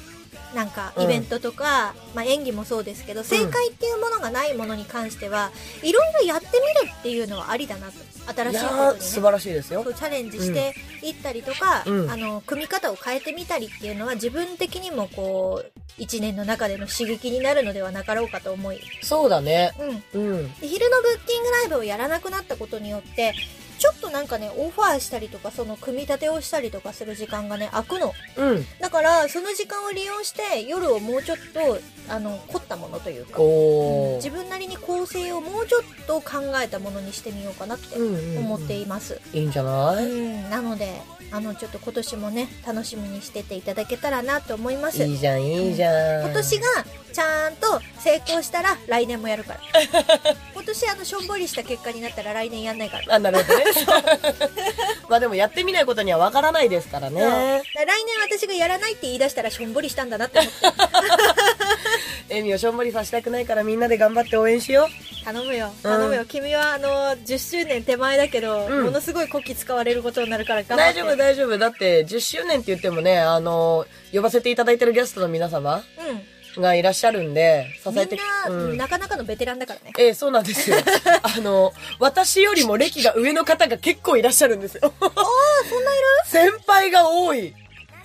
Speaker 1: なんか
Speaker 2: うん
Speaker 1: イベントとか、まあ、演技もそうですけど正解っていうものがないものに関しては、いろいろやってみるっていうのはありだなと新
Speaker 2: い
Speaker 1: しいこ
Speaker 2: や
Speaker 1: と
Speaker 2: ー、素
Speaker 1: にね
Speaker 2: 晴らしいですよ
Speaker 1: そ。うチャレンジしていったりとか、
Speaker 2: うん
Speaker 1: あの組み方を変えてみたりっていうのは自分的にもこう1年の中での刺激になるのではなかろうかと思い、
Speaker 2: そうだね。
Speaker 1: うん、
Speaker 2: うん。
Speaker 1: で昼のブッキングライブをやらなくなったことによってちょっとなんかねオファーしたりとかその組み立てをしたりとかする時間がね空くの。
Speaker 2: うん。
Speaker 1: だからその時間を利用して夜をもうちょっとあの凝ったものというか、うん
Speaker 2: こ
Speaker 1: 自分なりに構成をもうちょっと考えたものにしてみようかなって
Speaker 2: う。うん
Speaker 1: 思って
Speaker 2: い
Speaker 1: います、
Speaker 2: いいんじゃな
Speaker 1: うん
Speaker 2: い
Speaker 1: なのであのちょっと今年もね楽しみにしてていただけたらなと思います
Speaker 2: いいじゃん、いいじゃん。
Speaker 1: 今年がちゃんと成功したら来年もやるから 今年あのしょんぼりした結果になったら来年やんないから
Speaker 2: あ、なるほどね。 まあでもやってみないことにはわからないですから
Speaker 1: そうだ
Speaker 2: ね。
Speaker 1: から来年私がやらないって言い出したらしょんぼりしたんだなって思って
Speaker 2: エミをしょんぼりさせたくないからみんなで頑張って応援しよ
Speaker 1: 頼むよ頼むよ、
Speaker 2: う
Speaker 1: 君はあの10周年手前だけど、
Speaker 2: うん
Speaker 1: ものすごいこき使われることになるから
Speaker 2: う。
Speaker 1: 頑張っ
Speaker 2: 大
Speaker 1: て
Speaker 2: 丈夫、大丈夫。だって10周年って言ってもね、あの、呼ばせていただいてるゲストの皆様がいらっしゃるんで、支
Speaker 1: うんみ
Speaker 2: え
Speaker 1: ん
Speaker 2: て、
Speaker 1: な、
Speaker 2: うん
Speaker 1: なかなかのベテランだからね
Speaker 2: ええそうなん ですよ。あの、私よりも歴が上の方が結構いらっしゃるんですよ。ああ、そんないる先輩が多い。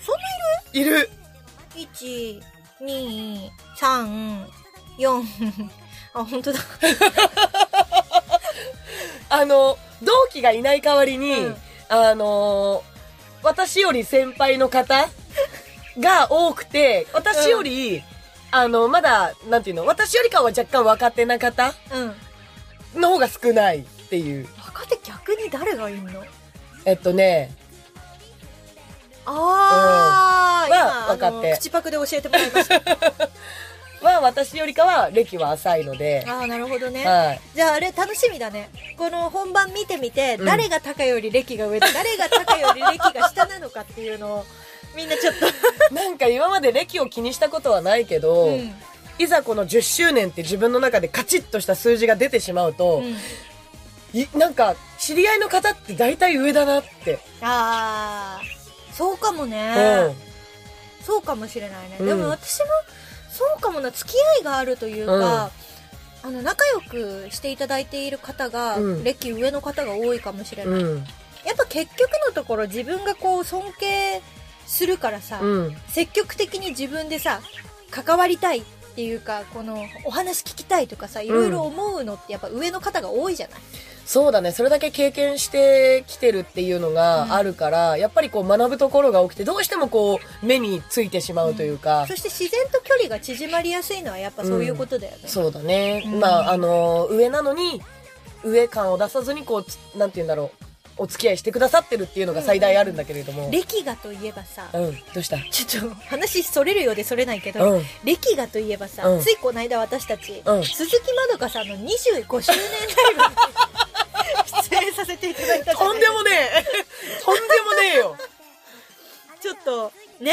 Speaker 1: そん
Speaker 2: いる。
Speaker 1: 1234あ本当だ
Speaker 2: あの、同期がいない代わりに、
Speaker 1: うん
Speaker 2: あの、私より先輩の方が多くて、私より、あの、まだ、なんていうの、私よりかは若干若手な方
Speaker 1: うん
Speaker 2: の方が少ないっていう。
Speaker 1: 若手逆に誰がいんの
Speaker 2: えっとね、
Speaker 1: ああ、
Speaker 2: うんは
Speaker 1: 今あ
Speaker 2: 分か
Speaker 1: の
Speaker 2: って
Speaker 1: 口パクで教えてもらいました。
Speaker 2: は私よりかは歴は浅いので、
Speaker 1: ああ、なるほどね。
Speaker 2: はい。
Speaker 1: じゃああれ楽しみだね。この本番見てみて、
Speaker 2: うん
Speaker 1: 誰が高より歴が上 で、誰が高より歴が下なのかっていうのを、みんなちょっと、
Speaker 2: なんか今まで歴を気にしたことはないけど、
Speaker 1: うん
Speaker 2: いざこの10周年って自分の中でカチッとした数字が出てしまうと、
Speaker 1: うん
Speaker 2: いなんか知り合いの方って大体上だなって、
Speaker 1: ああ、そうかもね。
Speaker 2: うん
Speaker 1: そうかもしれないね、
Speaker 2: うん
Speaker 1: でも私もそうかもな付き合いがあるというか、あの仲良くしていただいている方が、
Speaker 2: うん
Speaker 1: 歴上の方が多いかもしれない、
Speaker 2: うん
Speaker 1: やっぱ結局のところ自分がこう尊敬するからさ、
Speaker 2: うん
Speaker 1: 積極的に自分でさ関わりたいっていうかこのお話聞きたいとかさいろいろ思うのってやっぱ上の方が多いじゃない、
Speaker 2: そうだねそれだけ経験してきてるっていうの
Speaker 1: うん
Speaker 2: があるから、やっぱりこう学ぶところが多くてどうしてもこう目についてしまうというか、
Speaker 1: そして自然と距離が縮まりやすいのはやっぱそういうことだよね、
Speaker 2: そうだね、
Speaker 1: うん
Speaker 2: まああの上なのに上感を出さずにこうつなんて言うんだろうお付き合いしてくださってるっていうのが最大あるんだけれども、
Speaker 1: 歴がといえばさ、
Speaker 2: うん、どうした
Speaker 1: ちょっと話それるようでそれないけど、
Speaker 2: うん。
Speaker 1: 歴がといえばさ、
Speaker 2: うん
Speaker 1: ついこの間私たち、
Speaker 2: うん
Speaker 1: 鈴木まどかさんの25周年ライブに 出演させていただいたじゃ
Speaker 2: と
Speaker 1: なんい
Speaker 2: でもねえとんでもねえよ
Speaker 1: ちょっとね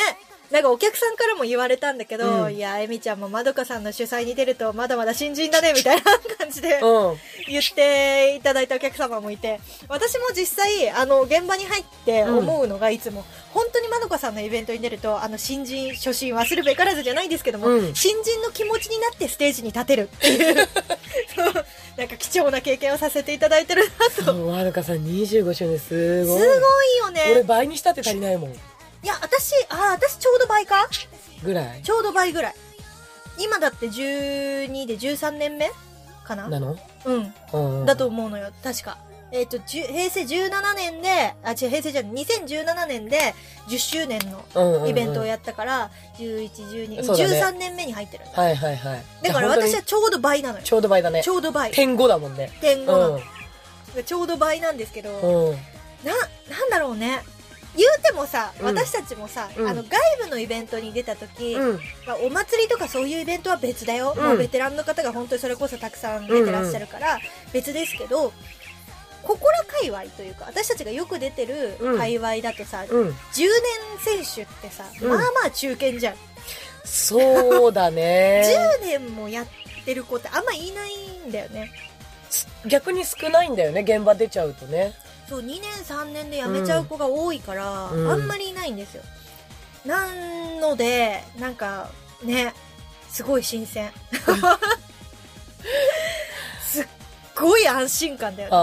Speaker 1: なんかお客さんからも言われたんだけど、
Speaker 2: うん
Speaker 1: いや、エミちゃんもまどかさんの主催に出ると、まだまだ新人だね、みたいな感じで
Speaker 2: うん。
Speaker 1: 言っていただいたお客様もいて、私も実際、あの、現場に入って思うのがいつも、本当にまどかさんのイベントに出ると、あの、新人、初心忘るべからずじゃないですけども、
Speaker 2: うん
Speaker 1: 新人の気持ちになってステージに立てるっていう、そうなんか貴重な経験をさせていただいてるなと。
Speaker 2: そう、わぬかさん25周年す
Speaker 1: すご
Speaker 2: ごい。
Speaker 1: いよ
Speaker 2: 俺
Speaker 1: ね。
Speaker 2: 倍にしたって足りないもん。
Speaker 1: いや、私、あー、私ちょうど倍か
Speaker 2: ぐらい
Speaker 1: ちょうど倍ぐらい。今だって12で13年目かな
Speaker 2: なの
Speaker 1: うん。
Speaker 2: うん。
Speaker 1: だと。思うのよ、確か。えっ、と、じゅ平成17年で、あ、違う、平成じゃない、2017年で10周年の
Speaker 2: うんうんうん
Speaker 1: イベントをやったから、11、12、
Speaker 2: そうだね
Speaker 1: 13年目に入ってるんだ。
Speaker 2: はいはいはい。
Speaker 1: だから
Speaker 2: じゃあ本当に
Speaker 1: 私はちょうど倍なのよ。
Speaker 2: ちょうど倍だね
Speaker 1: ち。ょうど倍。
Speaker 2: 点5だもんね。
Speaker 1: 点5
Speaker 2: う
Speaker 1: なの
Speaker 2: ん。
Speaker 1: ちょうど倍なんですけど、
Speaker 2: うん。
Speaker 1: な、なんだろうね。言うてもさ、
Speaker 2: うん
Speaker 1: 私たちもさ、
Speaker 2: うん
Speaker 1: あの、外部のイベントに出た時、
Speaker 2: うん。
Speaker 1: まあ、お祭りとかそういうイベントは別だよ、
Speaker 2: うん
Speaker 1: もうベテランの方が本当にそれこそたくさん出てらっしゃるから別ですけど、ここら界隈というか私たちがよく出てる
Speaker 2: うん
Speaker 1: 界隈だとさ、10
Speaker 2: うん。
Speaker 1: 年選手ってさ、
Speaker 2: うん
Speaker 1: まあまあ中堅じゃん、
Speaker 2: そう だね。
Speaker 1: 10年もやってる子ってあんまいないんだよね
Speaker 2: 逆に少ないんだよね、現場出ちゃうとね。
Speaker 1: そう2年3年で辞めちゃう子が多いから、
Speaker 2: うん
Speaker 1: あんまりいないんですよなのでなんかねすごい新鮮 すっごい安心感だよね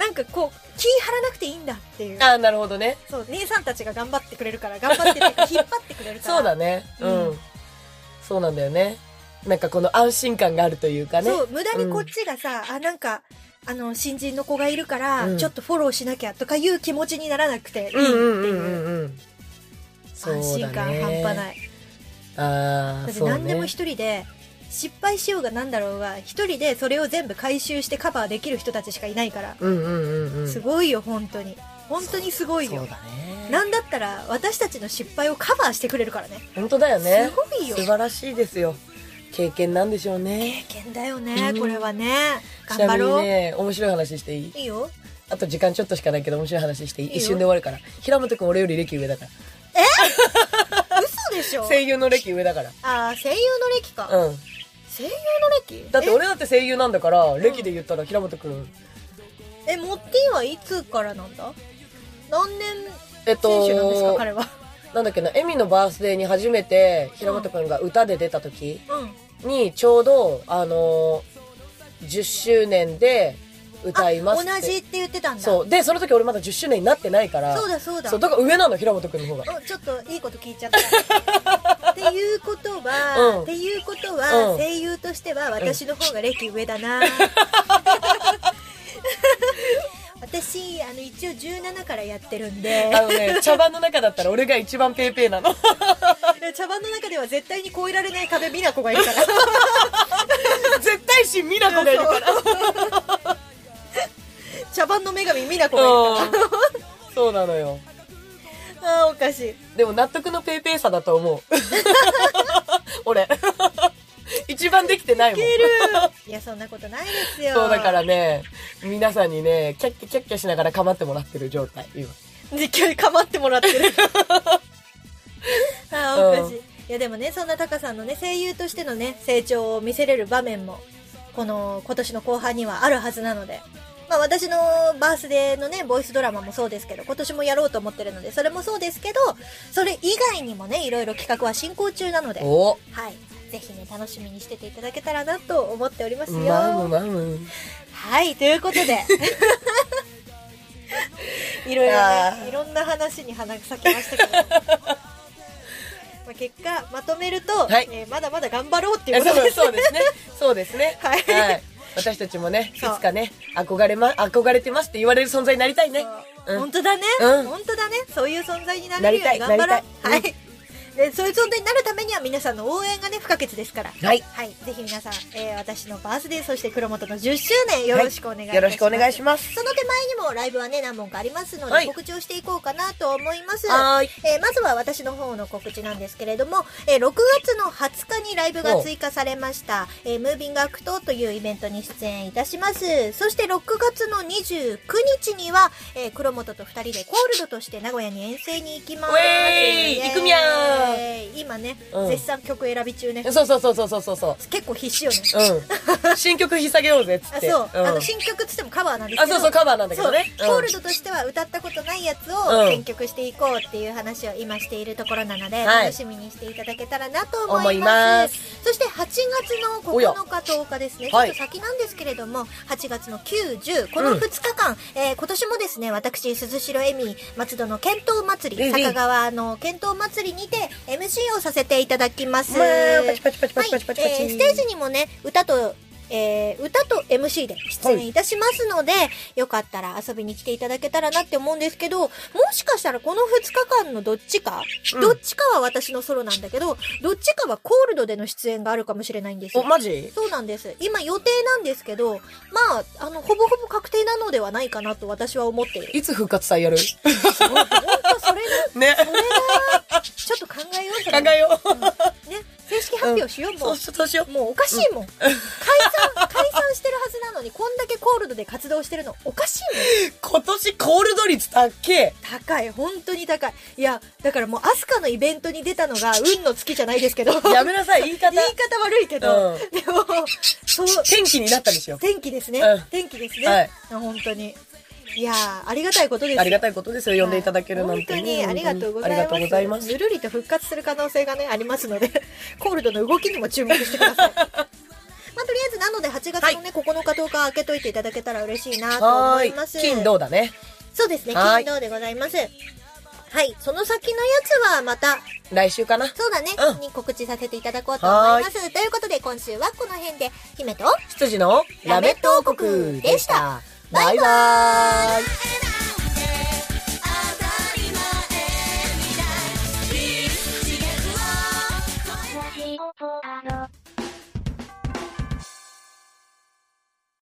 Speaker 2: あ
Speaker 1: なんかこう気張らなくていいんだっていう
Speaker 2: あ。ああ、なるほどね。
Speaker 1: そう姉さんたちが頑張ってくれるから頑張って っていうか引っ張ってくれるから
Speaker 2: そうだね。うん。
Speaker 1: うん
Speaker 2: そうなんだよね。なんかこの安心感があるというかね。
Speaker 1: そう無駄にこっちがさ、あなんかあの新人の子がいるから、
Speaker 2: うん
Speaker 1: ちょっとフォローしなきゃとかいう気持ちにならなくていいって
Speaker 2: うんうん
Speaker 1: いうう,、
Speaker 2: んうんうん。
Speaker 1: 安心感半端ない
Speaker 2: い。
Speaker 1: だ
Speaker 2: ああ、
Speaker 1: って
Speaker 2: そうね。
Speaker 1: 何でも一人で失敗しようが何だろうが一人でそれを全部回収してカバーできる人たちしかいないから、
Speaker 2: うんうんうんうん。
Speaker 1: すごいよ本当に本当にすごい
Speaker 2: そ
Speaker 1: よ
Speaker 2: うだね。
Speaker 1: なんだったら私たちの失敗をカバーしてくれるからね
Speaker 2: 本当だよね。
Speaker 1: すごいよ
Speaker 2: 素晴らしいですよ。経験なんでしょうね。
Speaker 1: 経験だよね、
Speaker 2: うん
Speaker 1: これはね
Speaker 2: ち
Speaker 1: 頑
Speaker 2: な
Speaker 1: 張
Speaker 2: み
Speaker 1: ろ
Speaker 2: に
Speaker 1: う、
Speaker 2: ね、面白い話していい
Speaker 1: いいよ
Speaker 2: あと時間ちょっとしかないけど面白い話していい
Speaker 1: いいよ
Speaker 2: 一瞬で終わるから。平本くん俺より歴上だか
Speaker 1: 嘘でしょ
Speaker 2: ら。声優の歴上だから。
Speaker 1: あー声優の歴か、
Speaker 2: うん。
Speaker 1: 声優の歴
Speaker 2: だって
Speaker 1: え
Speaker 2: 俺だって声優なんだから、歴で言ったら平本くん。
Speaker 1: えモッティはいつからなんだ何年
Speaker 2: えっ
Speaker 1: 選手なんですか、
Speaker 2: と、
Speaker 1: 彼は
Speaker 2: なんだっけな、エミのバースデーに初めて平本くんが歌で出た時
Speaker 1: うん
Speaker 2: に、ちょうど、あのー、10周年で歌いますって。
Speaker 1: あ同じって言ってたんだ
Speaker 2: そう。で、その時俺まだ10周年になってないから。
Speaker 1: そうだそうだ
Speaker 2: そう、だから上なの、平本くんの方が。
Speaker 1: おちょっといいこと聞いち ゃった。っていうことは、
Speaker 2: うん
Speaker 1: っていうことは、
Speaker 2: うん
Speaker 1: 声優としては私の方が歴上だ な。私、あの、一応17からやってるんで、
Speaker 2: あのね、茶番の中だったら俺が一番ペーペーな の。
Speaker 1: 茶番の中では絶対に超えられない壁、美奈子がいる から。
Speaker 2: 絶対し、ミラコがいるから。
Speaker 1: 茶番の女神、美奈子がいる
Speaker 2: うんそうなのよ。
Speaker 1: から。ああー、おか しい。
Speaker 2: でも納得のペーペーさだと 思う。俺。一番できてないもん。
Speaker 1: いや、そんなことないですよ。
Speaker 2: そうだから。ね、皆さんにね、キャッキャキャッキャしながら構ってもらってる状態、今。
Speaker 1: 実況に構ってもらってる。あーおかしい。いやでもね、そんなタカさんのね、声優としてのね、成長を見せれる場面も、この、今年の後半にはあるはずなので。まあ私のバースデーのね、ボイスドラマもそうですけど、今年もやろうと思ってるので、それもそうですけど、それ以外にもね、いろいろ企画は進行中なので、は
Speaker 2: お
Speaker 1: い。ぜひね、楽しみにしてていただけたらなと思っておりますよ。
Speaker 2: マムマム。
Speaker 1: はい、ということで。いろいろ
Speaker 2: あー
Speaker 1: ね、いろんな話に花咲きました けど。まあ結果、まとめると、
Speaker 2: はい
Speaker 1: えーまだまだ頑張ろうってい
Speaker 2: え
Speaker 1: うこ
Speaker 2: そ
Speaker 1: と
Speaker 2: う
Speaker 1: です。
Speaker 2: そうですね。そうですね。
Speaker 1: はい
Speaker 2: 私たちもね、いつ
Speaker 1: そう
Speaker 2: かね、憧れま、憧れてますって言われる存在になりたいね。
Speaker 1: そう
Speaker 2: うん
Speaker 1: 本当だね、
Speaker 2: うん
Speaker 1: 本当だね。そういう存在になれるように
Speaker 2: なり
Speaker 1: 頑
Speaker 2: た
Speaker 1: 張
Speaker 2: い
Speaker 1: ろう。は
Speaker 2: なり
Speaker 1: い。で、そういう存在になるためには皆さんの応援がね、不可欠ですから。
Speaker 2: はい。
Speaker 1: はい。ぜひ皆さん、えー私のバースデー、そして黒本の10周年、よろしくお願いいたします。
Speaker 2: よろしくお願いします。
Speaker 1: その手前にもライブはね、何本かありますの
Speaker 2: は
Speaker 1: で、
Speaker 2: い
Speaker 1: 告知をしていこうかなと思います。
Speaker 2: はーい。
Speaker 1: えーまずは私の方の告知なんですけれども、えー6月の20日にライブが追加されました、えームービングアクトというイベントに出演いたします。そして6月の29日には、えー黒本と2人でコールドとして名古屋に遠征に行きます。
Speaker 2: ウェーイ
Speaker 1: イエーイ
Speaker 2: 行くみゃー
Speaker 1: えー、今ね、
Speaker 2: うん
Speaker 1: 絶賛曲選び中ね。
Speaker 2: そうそうそうそうそうそうそ
Speaker 1: 結構必死よね。
Speaker 2: う。うん。新曲引っ提げようぜっつ
Speaker 1: あ
Speaker 2: って。
Speaker 1: そう、
Speaker 2: ん
Speaker 1: あの新曲っつってもカバーなんです
Speaker 2: あ
Speaker 1: けど
Speaker 2: そうそう、カバーなんだけ
Speaker 1: そ
Speaker 2: ど
Speaker 1: う、
Speaker 2: ね。うん
Speaker 1: コールドとしては歌ったことないやつ
Speaker 2: う
Speaker 1: を
Speaker 2: ん
Speaker 1: 選曲していこうっていう話を今しているところなので、
Speaker 2: はい
Speaker 1: 楽しみにしていただけたらなと思います
Speaker 2: 思います
Speaker 1: そして8月の
Speaker 2: おや
Speaker 1: 9日10日ですねちょ
Speaker 2: は
Speaker 1: っ
Speaker 2: い
Speaker 1: と先なんですけれども、8月の910この2日間、えー今年もですね私鈴代恵美松戸の剣闘祭
Speaker 2: うんう
Speaker 1: り
Speaker 2: ん
Speaker 1: 坂川の剣闘祭りにて MC をさせていただきます、
Speaker 2: まあパチパチパチパ
Speaker 1: はい、
Speaker 2: チ
Speaker 1: え
Speaker 2: パチパチパチ。
Speaker 1: ーステージにもね、歌と、えー歌と MC で出演いたしますので、よかったら遊びに来ていただけたらなって思うんですけど、もしかしたらこの2日間のどっちか、
Speaker 2: うん
Speaker 1: どっちかは私のソロなんだけど、どっちかはコールドでの出演があるかもしれないんですよ
Speaker 2: お、。マジ
Speaker 1: そうなんです。今予定なんですけど、まあ、あの、ほぼほぼ確定なのではないかなと私は思っている。
Speaker 2: いつ復活祭やる
Speaker 1: ほんとそれな、
Speaker 2: ね。
Speaker 1: それな、ちょっと考えようじゃ
Speaker 2: 考
Speaker 1: ない
Speaker 2: えよう。
Speaker 1: ね、正式発表しよう、も
Speaker 2: そうう。しよう、そうしよう。
Speaker 1: もうおかしいもん。解散、解散してるはずなのに、こんだけコールドで活動してるの、おかしいもん。
Speaker 2: 今年コールド率高え。
Speaker 1: 高い、本当に高い。いや、だからもう、アスカのイベントに出たの が、運の月じゃないですけど。
Speaker 2: やめなさい、言い方
Speaker 1: 言い。方悪いけど、
Speaker 2: うん
Speaker 1: でも、そう、
Speaker 2: 天気になったんですよ。
Speaker 1: 天気ですね。
Speaker 2: うん
Speaker 1: 天気ですね。
Speaker 2: はい
Speaker 1: 本当に。いやー、ありがたいことですよ。
Speaker 2: ありがたいことですよ、呼んでいただけるなん
Speaker 1: 本
Speaker 2: て
Speaker 1: 当
Speaker 2: ね。
Speaker 1: にありがとうございます。
Speaker 2: ありがとうございます。
Speaker 1: ぬるりと復活する可能性がね、あります ので、コールドの動きにも注目してください。まあ、とりあえずなので8月のね、9日10日開けといていただけたら嬉しいなと
Speaker 2: は
Speaker 1: 思
Speaker 2: ー
Speaker 1: い
Speaker 2: い
Speaker 1: ます。。
Speaker 2: 金どうだね。
Speaker 1: そうですね、
Speaker 2: は
Speaker 1: 金
Speaker 2: い
Speaker 1: 土でございます。はい、その先のやつはまた、
Speaker 2: 来週かな。
Speaker 1: そうだね、
Speaker 2: うん
Speaker 1: に告知させていただこうと思います。ということで今週はこの辺で、姫と、
Speaker 2: 羊のラメット王国でした。バイバーイ。